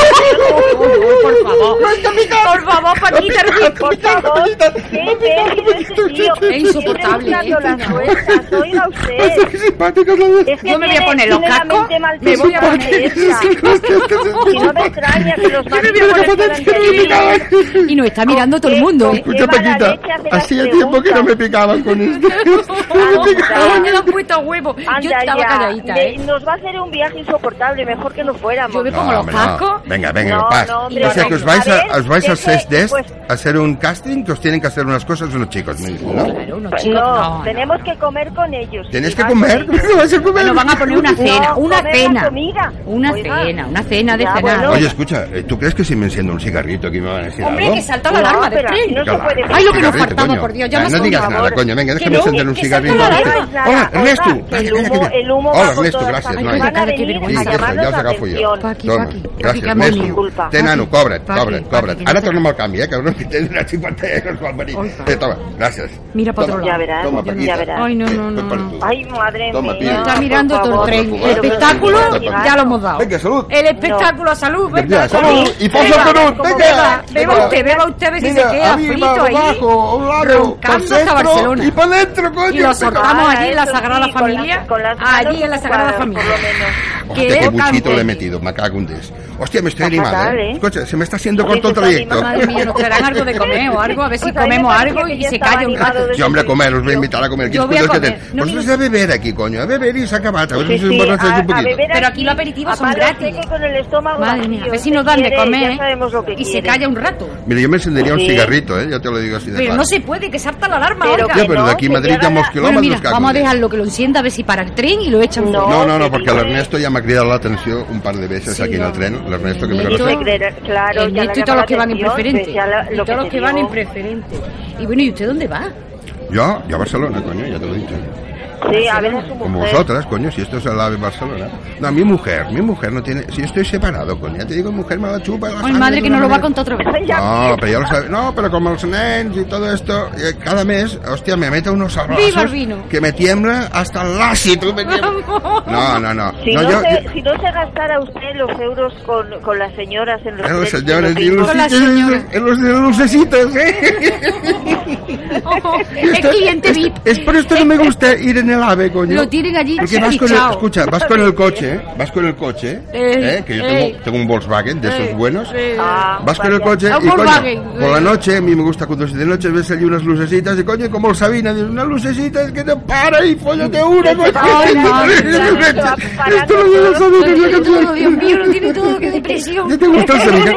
Por favor. ¡Ay, Capitán! Por favor, Paquita, Capitán, Por capitán, favor, capitán, qué capitán, bello ese tío. capitán. Es insoportable, Siempre buscando ¿eh? las vueltas, oiga usted. Qué simpáticas las dos. Es que Yo me voy a tiene- poner los tiene la cascos, mente mal me voy a pensada poner- esta. Y no me extraña que los Yo me maridos veo por la estar patata ante que me mí. picaban. Y nos está mirando todo el mundo, ¿eh? Escucha, Oh, Qué mala Paquita, leche hace las hacía tiempo que no me picaban con este esto. No me Ah, picaban. me lo han puesto a huevo. Yo Anda estaba ya. calladita, De- ¿eh? Nos va a hacer un viaje insoportable, mejor que no Yo fuéramos. me pongo los hombre, no. cascos. Venga, venga, No, no, paz. no, hombre, o sea, que os no. vais a, A ver, os vais es a Ses que, Des pues- a hacer un casting que os tienen que hacer unas cosas unos chicos, me dicen, ¿no? Claro, unos Pues chicos. no, tenemos no. que comer con ellos. Tenéis Y que más comer, con ellos. no vais a comer. Nos van a poner una cena, No, una comer la cena. comida. Una Oiga. cena, una cena de Ya, cenar. bueno. Oye, escucha, ¿eh, ¿tú crees que si me enciendo un cigarrito aquí me van a decir Hombre, algo? que salta la No, alarma del pero tren. no se Claro. puede. Ay, lo que nos Cigarrito, faltaba, coño. por Dios, ya Ah, me No has digas contado. nada, coño, venga, Que déjame no, encender un que salta la cigarrito. alarma. antes. Nada, Hola, oiga, Ernesto. El Calla, humo, calla, calla. el humo va Hola, por Ernesto, todas gracias. partes. no Ay, hay- qué Van a cara, qué venir vergüenza. a Listo, llamarnos ja us la agafo jo. atención. Paqui, Toma, Paqui, Paqui, que gràcies, amor Ernesto. meu. Disculpa. Tenano, Paqui, cobra't, Paqui, cobra't, Paqui, cobra't. que no Ara te- torna'm al canvi, eh, cabrón, que tens una 50 euros pel marit. Oi, Eh, toma, gràcies. Mira per Toma, otro lado. Ja veràs, Toma, ja Paquita. veràs. Ai, no, Eh, no, tot no, per no. tu. Ay, madre Toma, mía. tía. Está por mirando todo favor. el tren. El Pero que espectáculo sí, sí, sí. ya lo hemos dado. Venga, salud. El espectáculo, salud. Venga, salud. Y por posa el menut, venga. Beba usted, beba usted, que se Venga, queda arriba, frito ahí. abajo, a un lado, roncando por hasta centro Barcelona. Y para adentro, coño. Y lo soltamos. Vamos allí en la eso Sagrada con Familia, las- con las manos allí en la Sagrada ocupadas, Familia. Por lo menos. Hostia, Que qué este buchito cante. le he metido, me cago en Dios. Hostia, me estoy Está animando, fatal, ¿eh? ¿eh? Escucha, se me está haciendo Oye, corto el se está trayecto. animando. Madre mía, nos traerán algo de comer o algo, a ver si Pues comemos algo y se calla un rato. Sí, hombre, a comer, os voy a invitar a comer. ¿Qué Yo voy a excusas que comer. tenéis? No, Vosotros mira- a Pues beber aquí, coño, a beber y se acaba. A Sí, ver si os sí, emborracháis a- un a poquito. beber Pero aquí los aperitivos a son palo gratis. seco con el estómago Madre mía, a vacío. ver si Este nos dan de quiere- comer. ¿eh? Ya sabemos lo que Y se quiere. calla un rato. Mira, yo me encendería un Sí. cigarrito, ¿eh? Yo te lo digo así de Pero claro. no se puede, que salta la alarma, Pero oiga. Ya, pero de aquí a No, Madrid que ya unos llega- Bueno, kilómetros, mira, cago en vamos a Dios. dejarlo que lo encienda a ver si para el tren y lo echan No. No, no, no, que porque el dice- Ernesto ya me ha criado la atención un par de veces Sí, aquí en no. el tren. El Ernesto que me Ernesto- conoce. Yo me creeré- claro, el ya Neto le y todos los que van en llamaba la preferente. atención, decía la- Y lo que todos los te que van en digo. preferente. Y bueno, ¿y usted dónde va? Yo, yo a Barcelona, coño, ya te lo he dicho. pues Sí, a ver a su mujer. Como vosotras, coño, si esto es el AVE Barcelona. No, mi mujer, mi mujer no tiene... Si yo estoy separado, coño, ya te digo, mujer me la chupa... la Ay, sangre madre, de que una no lo va a manera. contar otra vez. Ya No, pero ja lo sabeu. No, però com els nens i tot esto, eh, cada mes, hòstia, me mete unos Viva el abrazos vino. que me tiembla hasta el ácido. Me tiembla. No, no, no. Si no, no, yo, se, yo- si no se gastara usted los euros con, con las señoras en los Eh, trenes, los señores los y los, ricos, Hola, señora. y los, los dulcecitos, ¿eh? Es cliente VIP. Es por esto que me gusta ir en el AVE, coño. Lo tienen allí Porque vas con el, fichado. escucha, vas con el coche, ¿eh? vas con el coche, Ey, ¿eh? que yo ey. tengo, tengo un Volkswagen de esos buenos, Eh, Ah, Vas con el vaya. coche A un y coño, Volkswagen, por la noche, a mí me gusta conducir de noche, ves allí unas lucecitas y coño, como el Sabina, dices, unas lucecitas que te para y follate una, coño. Ay, madre, Esto lo lleva el Sabina, es la todo, Dios canción. mío, lo tiene todo, qué depresión. ¿Ya te gusta el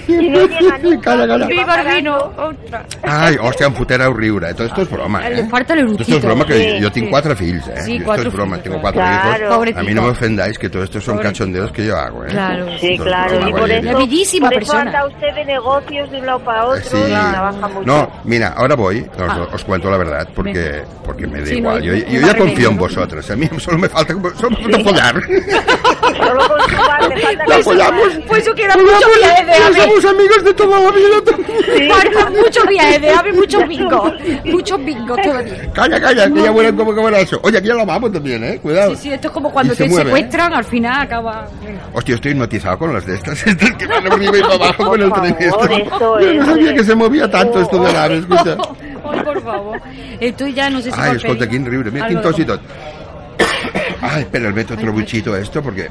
Si no llega Sabina? nunca, Calla, calla. Viva el vino. Ostres. Ai, hòstia, em fotrà a riure. eh? Tot esto es broma, eh? Le falta l'erudito. Tot esto es broma, que Sí, jo tinc sí. quatre fills, eh? Sí, I esto quatre es broma, fills, tengo claro. cuatro Claro. hijos. A mí no Pobrecito. me ofendáis, que todo esto son Pobrecito. cachondeos que yo hago, eh? Claro. Sí, Esto es claro, una y por guarrería. eso, Una bellísima por persona. eso anda usted de negocios de un lado para otro Eh, Sí. y trabaja mucho. No, mira, ahora voy, os, Ah. os cuento la verdad, porque, porque me da Sí, no, igual. yo no, yo no ya remedio, confío en ¿no? vosotras. A mí solo me falta, solo me falta follar. Solo con su padre falta ¿La que su apoyamos? padre- Pues yo quiero mucho viaje de ave. somos amigos de toda la vida. Faltan muchos viajes de ave, muchos bingos. Muchos bingos todavía. Calla, calla, que ya vuelan como cabalazos. Oye, aquí ya lo vamos también, eh. Cuidado. Sí, sí, esto es como cuando Y se te mueve, ¿eh? secuestran, al final acaba... Hostia, estoy hipnotizado con las de estas, estas que van arriba y para abajo con el Por tren. favor, este. esto es- Yo no sabía que se movía tanto esto de la ave, escucha. Ay, por favor. Estoy ya, no sé si... Ai, por escolta, pena. quin riure. Mira, Algo tinc de tos i comer. tot. Ai, espera, el meto otro buchito a esto porque...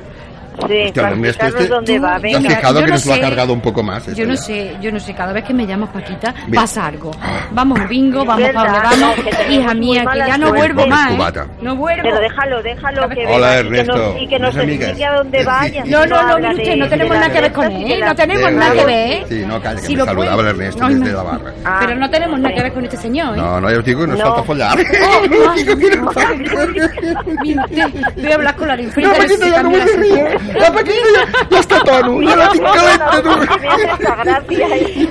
Sí, Hostia, el Ernesto practicarnos este dónde va, se ha venga. fijado yo que no nos lo ha sé. cargado un poco más. esto Yo no ya. sé, yo no sé, cada vez que me llamas Paquita Bien. pasa algo. Vamos al bingo, vamos Verdad, para donde no, que vamos. tenemos Hija muy mía, que mala ya no suerte. vuelvo Pobre más, cubata. ¿eh? No vuelvo. Pero déjalo, déjalo que Hola, venga Ernesto, y que nos, y mis que nos amigas. Eh, explique a dónde vaya. No, no, no, habla mire de- usted, no de tenemos las nada que ver con fiestas y de él, las- no tenemos De nada que verdad. ver. ¿eh? Sí, no, calla, que Si me lo saludaba puede. el Ernesto Ay, desde no. la barra. Ah. Pero no tenemos nada que ver con este señor, ¿eh? No, no, yo os digo que nos No. falta follar. Digo que nos falta follar. Mire usted, voy a hablar con la La infeliz. Paquita ya no se ríe. La Paquita ya, ya está tono. Ya la tinc Que calenta, me hace tu. hasta gracia y-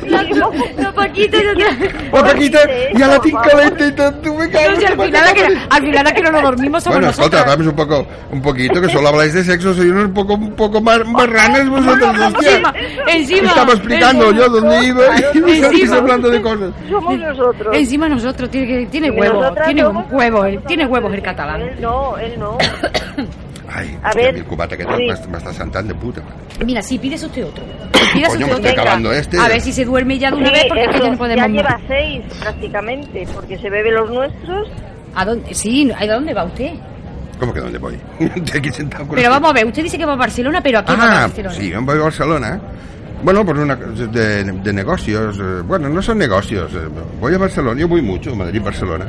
La Paquita, yo te... La Paquita ja la tinc calenta i tot. Tu me cago. No, si al tu me final, es cago. que, al final es que no nos dormimos somos Bueno, escolta, nosotras. vamos un poco, un poquito, que solo habláis de sexo, soy unos poco, un poco más marranes vosotros, hostia. encima, encima. Estaba explicando yo dónde iba y Claro, vosotros encima. hablando de cosas. Somos nosotros. Encima nosotros tiene, que- tiene Y huevos, nosotras tiene somos- huevos, el- tiene huevos el catalán. Él no, él no. Ay, A hostia, ver, el cubata que sí. me, está- me está saltando de puta. madre. Mira, sí, pides usted otro. Pides Coño, usted me otro. estoy venga. acabando este. A ver si se duerme ya de una Sí, vez porque es que eso, ya no podemos. ya lleva más. seis prácticamente, porque se bebe los nuestros. ¿A dónde? Sí, ¿a dónde va usted? ¿Cómo que dónde voy? Estoy aquí sentado con Pero la- vamos a ver, usted dice que va a Barcelona, pero ¿a qué va a este. Ah, Barcelona? sí, voy a Barcelona. Bueno, por una de, de negocios. eh, Bueno, no son negocios. eh, Voy a Barcelona, yo voy mucho, Madrid, Barcelona.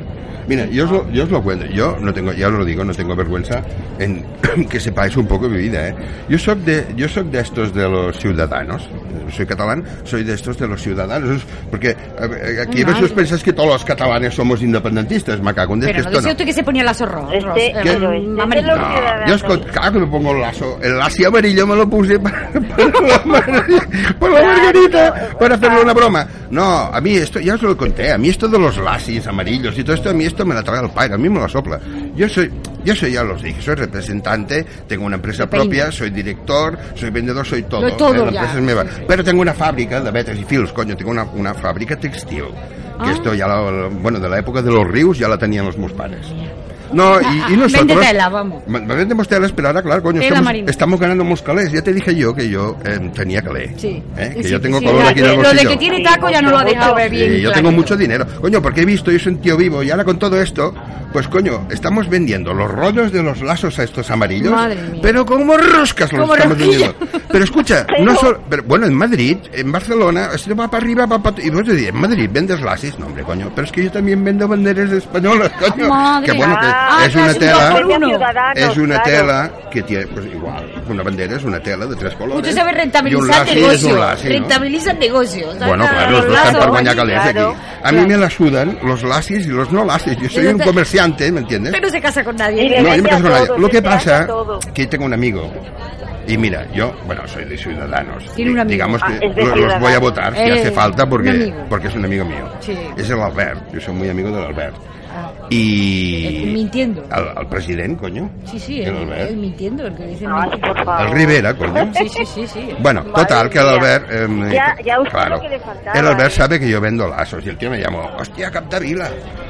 Mira, yo os, lo, yo os lo cuento. Yo no tengo, ya os lo digo, no tengo vergüenza en que sepáis un poco mi vida. ¿eh? Yo soy de, yo soy de estos de los ciudadanos. Soy catalán, soy de estos de los ciudadanos, porque a ver, aquí a Madre. veces pensáis que todos los catalanes somos independentistas, macaco. Es Pero que no esto decía usted que se ponía las eh, horror. Este, ¿Qué? pero este Mamá, es de los No, ciudadanos. yo es con- claro que me pongo el lazo. El lacio amarillo me lo puse para, para la, mar- para la margarita, para hacerle una broma. No, a mí esto, ya os lo conté, a mí esto de los lacis amarillos y todo esto, a mí esto me la traga el padre, a mí me la sopla. Yo soy, yo soy, ya los dije, soy representante, tengo una empresa Peine. propia, soy director, soy vendedor, soy todo. Lo es todo Eh, la ya. empresa es meva. Pero tengo una fábrica de betes y filos, coño, tengo una, una fábrica textil. Que Ah. esto ya, la- la- bueno, de la época de los ríos ya la tenían los meus pares. No, y, y Vende nosotros... tela, vamos. Me me vendemos tela, esperar, ah, claro, coño. Tela Estamos, marina. estamos ganando unos calés. Ya te dije yo que yo eh, tenía calé. Sí. ¿eh? Que Sí, yo tengo sí, color ya, aquí en el Lo de bolsillo. que tiene taco ya no lo ha dejado ver Sí, bien. Eh, yo clarito. tengo mucho dinero. Coño, porque he visto, yo soy un tío vivo y ahora con todo esto, pues coño, estamos vendiendo los rollos de los lazos a estos amarillos. Madre mía. Pero como roscas los Como estamos rosquilla. vendiendo. Pero escucha, no solo, pero, bueno, en Madrid, en Barcelona, esto va para arriba, va para... Y vos te diré, en Madrid vendes lasis, no hombre, coño, pero es que yo también vendo banderas españolas, coño. Madre. Que bueno, que Ah, pues, es una claro, tela... no, por uno. Es una tela. tela que tiene, pues igual, una bandera es una tela de tres colores. Usted sabe Y un rentabilizar lazo es negocios. un lazo, ¿no? Rentabiliza negocios. Bueno, Saca claro, los dos lazos, están por guanyar allí, calés aquí. claro. A mí me la sudan los lasis y los no lasis. Yo soy Pero un te- comerciante, ¿me entiendes? Usted no se casa con nadie. Y le No, yo vende me caso a con nadie. todos, Lo que le vende a pasa todos. que tengo un amigo. Y mira, yo, bueno, soy de Ciudadanos. Tiene un Y amigo. Digamos que Ah, es de lo- los, Ciudadanos. voy a votar si Eh, hace falta un porque, amigo. porque es un amigo mío. Sí. Es el Albert. Yo soy muy amigo del Albert. Ah, Y... Ah, el mintiendo. Al, al presidente, coño. Sí, sí, el, El el Albert. mintiendo, el que dice. Ah, Ay, por favor. El Rivera, coño. Sí, sí, sí, sí. Bueno, Madre total, que el mía. Albert... eh, Ya- ya usted claro, lo que le faltaba, el Albert ¿eh? sabe que yo vendo lazos y el tío me llamó, hostia, Capdevila.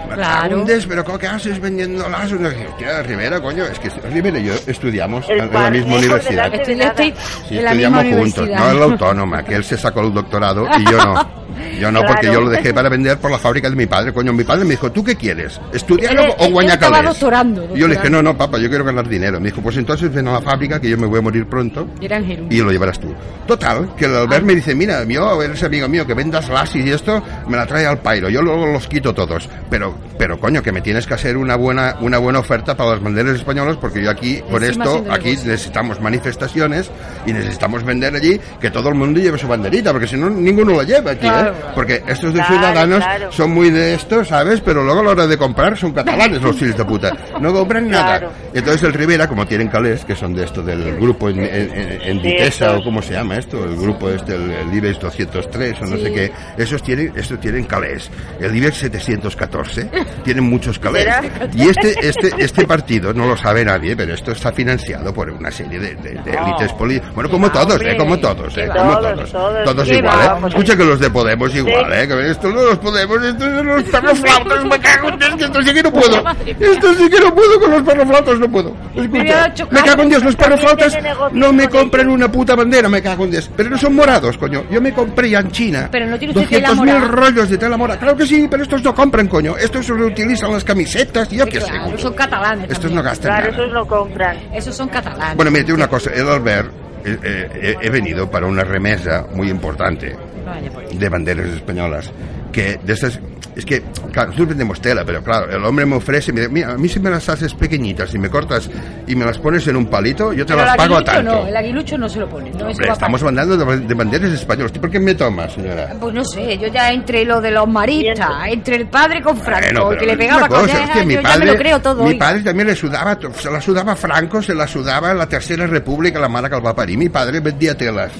me Claro. hundes, pero ¿cómo que haces vendiendo lazos? Y yo dije, hostia, Rivera, coño, es que Rivera y yo estudiamos El en la misma cuartejo de universidad. la- Estoy, estoy Sí, en la misma estudiamos juntos, universidad. no en la autónoma, que él se sacó el doctorado y yo no. Yo no, porque Claro. yo lo dejé para vender por la fábrica de mi padre. Coño, mi padre me dijo, ¿tú qué quieres? ¿Estudiar Él- él- o él guañar estaba calés?". doctorando, Y Yo le dije, doctorando. no, no, papá, yo quiero ganar dinero. Me dijo, pues entonces ven a la fábrica que yo me voy a morir pronto Y era Ángel. y lo llevarás tú. Total, que el Albert me dice, mira, yo, eres amigo mío, que vendas lasis y esto, me la trae al pairo, yo luego los quito todos. Pero, pero coño, que me tienes que hacer una buena, una buena oferta para las banderas españolas, porque yo aquí, con Encima esto, haciendo aquí negocio. necesitamos manifestaciones y necesitamos vender allí que todo el mundo lleve su banderita, porque si no, ninguno la lleva aquí, Claro. ¿eh? Porque estos de Claro, Ciudadanos claro. son muy de esto, ¿sabes? Pero luego a la hora de comprar son catalanes los hijos de puta. No compran nada. Claro. Entonces el Rivera, como tienen calés, que son de esto del grupo en, en- en- en Ditesa, estos. o cómo se llama esto, el grupo este, el, el IBEX 203 o no Sí. sé qué, esos tienen, estos tienen calés. El IBEX 714 tienen muchos calés. ¿Será? Y este, este, este partido, no lo sabe nadie, pero esto está financiado por una serie de, de- de No. élites políticas. Bueno, como Qué va, todos, hombre. ¿eh? Como todos, Qué ¿eh? va. Como Todos, todos. todos. Todos Qué igual, va, ¿eh? vamos. Escucha que los de Podemos igual, Sí. ¿eh? Que estos no los Podemos, estos son los perroflautas, me cago en Dios, que esto sí que no puedo. Esto sí que no puedo con los perroflautas, no puedo. Escucha, Mira, chocado. me cago en Dios, los perroflautas También tiene negocio no me con compran una puta bandera, me cago en Dios. Pero no son morados, coño. Yo me compré ya en China. Pero no tiene usted tela 200.000 morada. rollos de tela morada. Claro que sí, pero estos no compran, coño. Estos se reutilizan las camisetas, yo qué sé. Claro, coño. son catalanes. Estos también. no gastan Claro, nada. esos lo compran. Esos son catalanes. Bueno, mire, una cosa, el Albert, eh, eh, he venido para una remesa muy importante Vaya, pues. de banderas españolas, que de estas, es que, claro, nosotros vendemos tela, pero claro, el hombre me ofrece, me dice, mira, a mí si me las haces pequeñitas y me cortas y me las pones en un palito, yo te Pero las el pago a aguilucho tanto. No, el aguilucho no se lo pone. No, eso Hombre, va estamos para- hablando de, de banderas españolas, ¿por qué me tomas, señora? Pues no sé, yo ya entre lo de los maristas, entre el padre con Franco, pero que le es pegaba una con cosa, hostia, mi yo padre, ya me lo creo todo. Mi oiga. padre también le sudaba, to- se la sudaba Franco, se la sudaba la Tercera República, la mala que el va a parir. Mi padre vendía telas.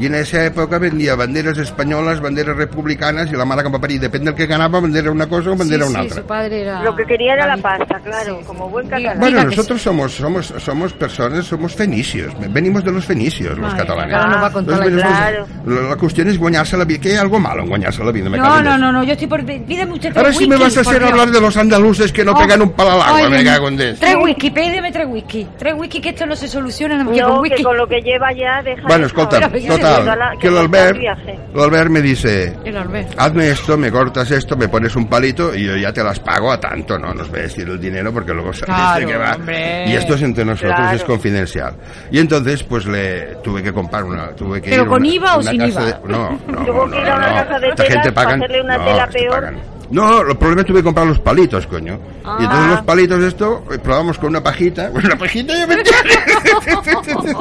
Y en esa época vendía banderas españolas, banderas republicanas y la mala que va parir. Depende del que ganaba, bandera una cosa o bandera sí, una sí, otra. su padre era... Lo que quería era la Gandhi. pasta, claro, como buen Diga- catalán. Bueno, diga que nosotros sí. somos, somos, somos personas, somos fenicios, venimos de los fenicios, los Madre, catalanes. ahora nos va a Los contar la- venimos- Claro. la, la cuestión es guañarse la vida, que hay algo malo en guañarse la vida, me cago No, en Dios. no, no, no, yo estoy por... Pídeme usted tres Ahora sí me whisky, vas a hacer por Dios. hablar de los andaluces que no Oh, pegan un palo al agua, ay, me Dios. cago en Dios. Tres whisky, pídeme tres whisky. Tres whisky que esto no se soluciona nada más que con No, que whisky. con lo que lleva ya deja Bueno, eso, escolta, Pero ahora, yo que total, la- que el corta Albert, viaje. el Albert me dice, El Albert. hazme esto, me cortas esto, me pones un palito y yo ya te las pago a tanto, ¿no? Nos voy a decir el dinero porque luego sabes Claro, de qué va. hombre. Y esto es entre nosotros, Claro. es confidencial. Y entonces, pues le tuve que comprar una, tuve que ¿Pero ir a con una- IVA o una sin casa IVA? de- no, no, Tuvo no, que ir a una no. casa de Esta telas gente para pagan- hacerle una no, tela esto peor. pagan. No, el problema es que tuve que comprar los palitos, coño. Ah. Y entonces los palitos esto, eh, probamos con una pajita. Bueno, una pajita ya me entiendes.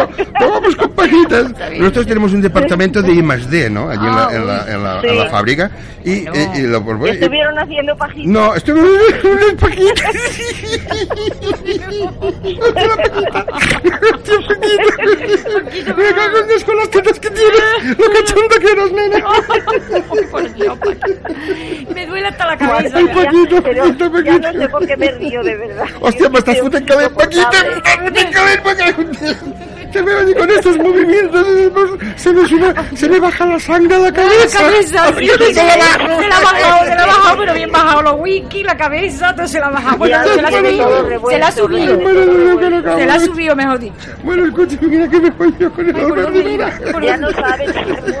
no, probamos con pajitas. Nosotros tenemos un departamento de I más D, ¿no? Allí en la, en la, en la- en la Ah, Sí. fábrica. Y, y- y lo- pues, Que bueno, y- estuvieron haciendo pajitas. no, estoy unas paquitas. Una paquita. Una paquita. Me cago en Dios con las tetas que tienes. Lo cachonda que eres, nena. Por Dios, me duele hasta la Madre cabeza. mía, Paquito, pero ya Paquito, Paquito. no sé por qué me río, de verdad. Hostia, me estás futen futiendo caber, Paquita. Me estás futen caber, Paquita. Te veo y con estos movimientos se me, sube, se me baja la sangre a la La cabeza. cabeza, sí, Yo no sí, se la bajo. se la ha bajado, se la ha bajado, pero bien bajado los whisky, la cabeza, todo se la ha bajado. Bueno, Ya, se la ha tiene todo subido, revuelto, se la ha subido, Bueno, no, no, no, no, se la ha no. subido, mejor dicho. Bueno, escúchame, mira que me coño con el Ay, por olor dónde de iba, la- por dónde Ya no sabes si se mueve.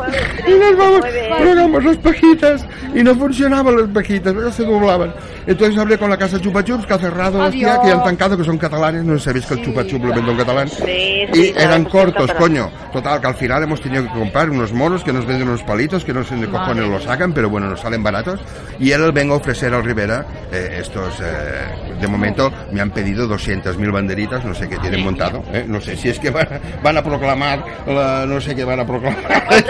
Y nos se vamos, mueve. probamos las pajitas y no funcionaban las pajitas, no se doblaban. Entonces hablé con la casa Chupa Chups, que ha cerrado, hostia, Adiós. que ya han tancado, que son catalanes, no sabéis que el Chupa Chups lo vende un catalán. Sí, y sí, eran claro, pues, cortos, catalán. coño. Total, que al final hemos tenido que comprar unos monos que nos venden unos palitos, que no sé de cojones lo sacan, pero bueno, nos salen baratos. Y él vengo a ofrecer al Rivera eh, estos, eh, de momento me han pedido 200.000 banderitas, no sé qué tienen montado, eh, no sé si es que van, van a proclamar, la- no sé qué van a proclamar.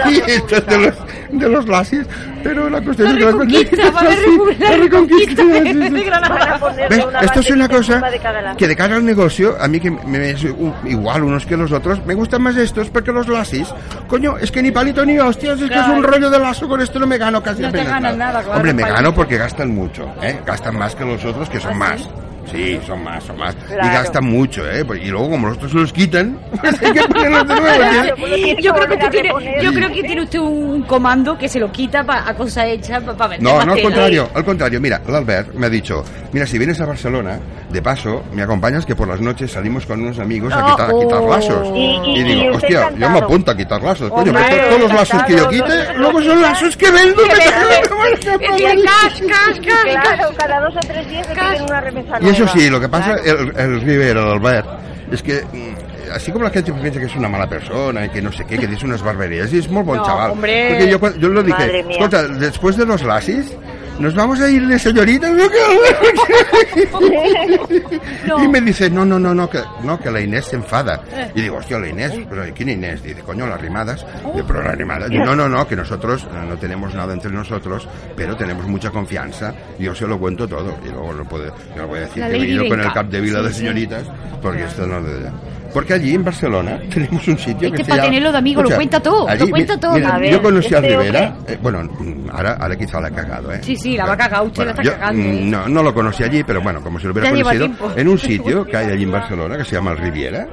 Y estos de los, de los lasis, pero la cuestión La es que la reconquista, va a haber conquista- la reconquista, sí, sí, sí. de Van a Granada. ponerle ¿Ves? una Esto es banderita una cosa encima de cada lado. que de cara al negocio, a mí que me, me es u- igual unos que los otros, me gustan más estos porque los lasis, coño, es que ni palito ni hostias, es que es un rollo de lazo, con esto no me gano casi No te apenas ganas nada, claro, Hombre, me palito. gano porque gastan mucho, ¿eh? gastan más que los otros que son más. Sí, son más, son más. Y Claro. gastan mucho, ¿eh? Pues- Y luego, como los otros se los quitan, hay que ponerlos de nuevo. ¿eh? ¿sí? Claro, pues lo tienes Yo creo que volver a usted tiene, reponer. yo creo que tiene usted un comando que se lo quita pa- a cosa hecha para pa vender No, más no, al tela. contrario, al contrario. Mira, el Albert me ha dicho, mira, si vienes a Barcelona, de paso, me acompañas que por las noches salimos con unos amigos a quitar, a quitar lazos. Oh. Y- y- y digo, usted hostia, yo me encantado. apunto a quitar lazos. Coño, Hombre, pero to- todos los lazos que yo quite, encantado. luego son lazos que vendo. me cago en la Es que madre. cas, cas, cas, cas. Claro, cada dos o tres días le piden una remesa Y eso nueva. sí, lo que pasa, el, el River, el Albert, es que... mm, Así como la gente piensa que es una mala persona y que no sé qué, que dice unas barberías, y es muy buen No, chaval. hombre. Porque yo, cu- yo lo dije, Madre mía. escucha, después de los lasis, nos vamos a ir de señoritas. No. Eh. Y me dice, no, no, no, no que, no, que la Inés se enfada. Y digo, hostia, la Inés, pero ¿quién Inés? Dice, coño, las rimadas. Oh. Yo, pero las rimadas. Yo, no, no, no, que nosotros eh, no tenemos nada entre nosotros, pero tenemos mucha confianza. y Yo se lo cuento todo. Y luego no puedo, yo no voy a decir La que he Lady venido con el Venga. cap de vila Sí, de sí. señoritas, porque esto no lo Porque allí en Barcelona tenemos un sitio Es que se para llama- tenerlo de amigo, lo cuenta todo, lo mi- cuenta todo. mira, A ver, yo conocí a este Rivera, eh, bueno, mm, ahora, ahora quizá la ha cagado, ¿eh? Sí, sí, la va a cagar, usted la está yo, cagando, mm, ¿eh? No, no lo conocí allí, pero bueno, como si lo hubiera Ya lleva conocido, tiempo. en un sitio que hay allí en Barcelona que se llama el Riviera.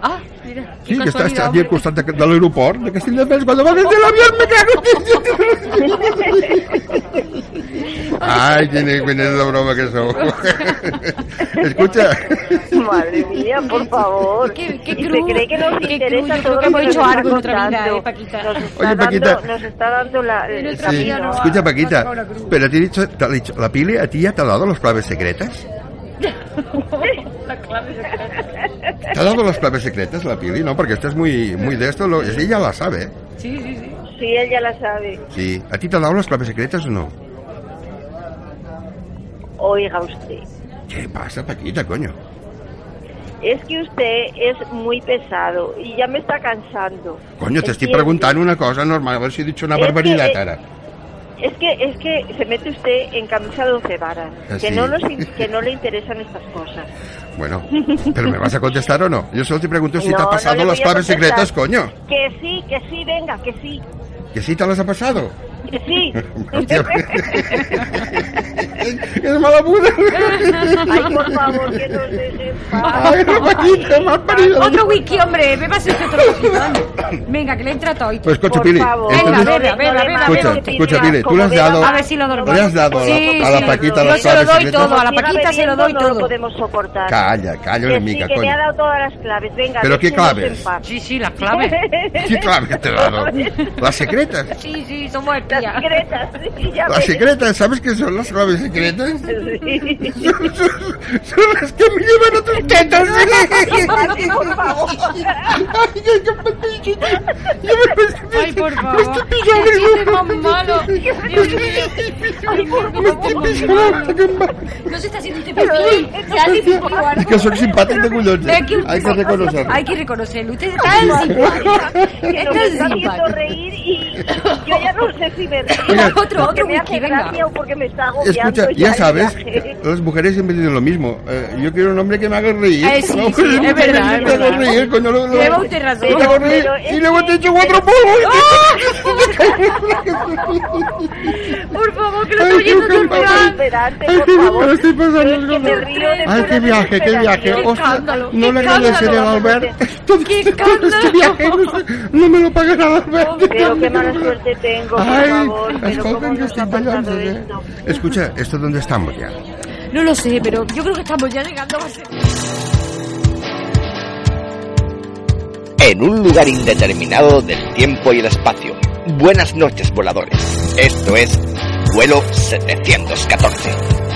Ah, mira. qué Sí, que está, casualidad, está allí al hombre. costat de- del aeroport de Castelldefels. Cuando va desde el avión me cago en Dios. Ay, tiene que la broma que son. Escucha. Madre mía, por favor. Qué- qué Y se cruz, cree que nos qué cruz. interesa Yo todo creo que lo hemos nos hecho está algo en otra vida, contando. eh, Paquita. Nos está, Oye, Paquita. Dando, nos está dando la... En otra Sí. vida no va- Escucha, no Paquita, toca una cruz. pero te he dicho, te ha dicho, la Pili, ¿a ti ya te ha dado las claves secretas? ¿Te ha dado las claves secretas la Pili? No, porque esto es muy, muy de esto, lo- ella la sabe. Sí, sí, sí. Sí, él ya la sabe. Sí. ¿A ti te ha dado las claves secretas o no? Oiga usted, ¿Qué pasa, Paquita, coño? es que usted es muy pesado y ya me está cansando. Coño, te estoy Entiendo. preguntando una cosa normal, a ver si he dicho una Es que, barbaridad eh, ahora. Es que, es que se mete usted en camisa de once varas, que Así. no, nos in- que no le interesan estas cosas. Bueno, pero ¿me vas a contestar o no? Yo solo te pregunto si No, te ha no pasado le voy las a claves contestar. secretas, coño. Que sí, que sí, venga, que sí, ¿Que sí te las ha pasado? que sí. Hostia. ¡Es mala puta! Ay, por favor, que no se sepa. ¡Ay, no, Paquita, mal parido! Otro whisky, hombre, bébase usted otro whisky, coño. Venga, que le entra todo. y todo. Pues, coche, Por Pili, favor, entonces- Venga, bebe, bebe, bebe, Escucha, bebe, escucha, Pili, tú le Como has dado... beba- A ver si lo duermo. Le has dado a la- Sí, a la sí. Yo Paquita las se lo claves doy todo, a la secretas. Paquita se lo doy No lo todo. podemos soportar. Calla, calla que una sí, mica, que le ha coño. dado todas las claves. Venga, ¿Pero qué dejemos claves? en paz. Sí, sí, las claves. ¿Qué claves te he dado? Las secretas. Sí, sí, somos Las espías. secretas, sí, ya Las ves. secretas, ¿sabes qué son las claves secretas? Sí. Son, son las que me llevan a tus tetas. Así, por favor. Ay, ay, qué patillo. Ya me parece- Ay, por Me favor. estoy pillando. Qué Este chiste más malo. Dios mío. Ay, por Me favor, estoy como pillando. malo. qué mal. No se está haciendo tipo bien. Se hace tipo Es que soy simpático y culote. Hay que, Hay que reconocerlo. Hay que reconocerlo. Usted es tan simpático. Que Es nos está tan haciendo simpático. reír y yo ya no sé si me río. Mira, Otro, porque otro me hace whisky, venga. gracia o porque me está agobiando. pues, Escucha, ya el sabes, eh. viaje. las mujeres siempre dicen lo mismo. Eh, yo quiero un hombre que me haga reír. Eh, sí, No, sí, que es me verdad, haga es verdad. reír, coño, lo- lo- Lleva usted razón. lo hago Pero- reír, pero y es luego que- te echo cuatro polvos. Por favor, que lo Ay, estoy oyendo qué todo el mal. verano. Desesperante, Ay, por qué favor. mal estoy pasando, Pero es que me Lola. río de Ay, qué pura viaje, qué viaje. desesperación. Hostia, escándalo, no le qué agradeceré al escándalo. Albert. Qué Todo este escándalo. viaje no- no me lo pagará Albert. Pero qué mala suerte tengo, por Ay, favor. Pero escolta, cómo que nos estoy ha pasado bailando, ¿eh? esto. Escucha, ¿esto dónde estamos ya? No lo sé, pero yo creo que estamos ya llegando a ser... en un lugar indeterminado del tiempo y el espacio. Buenas noches, voladores. Esto es Vuelo 714.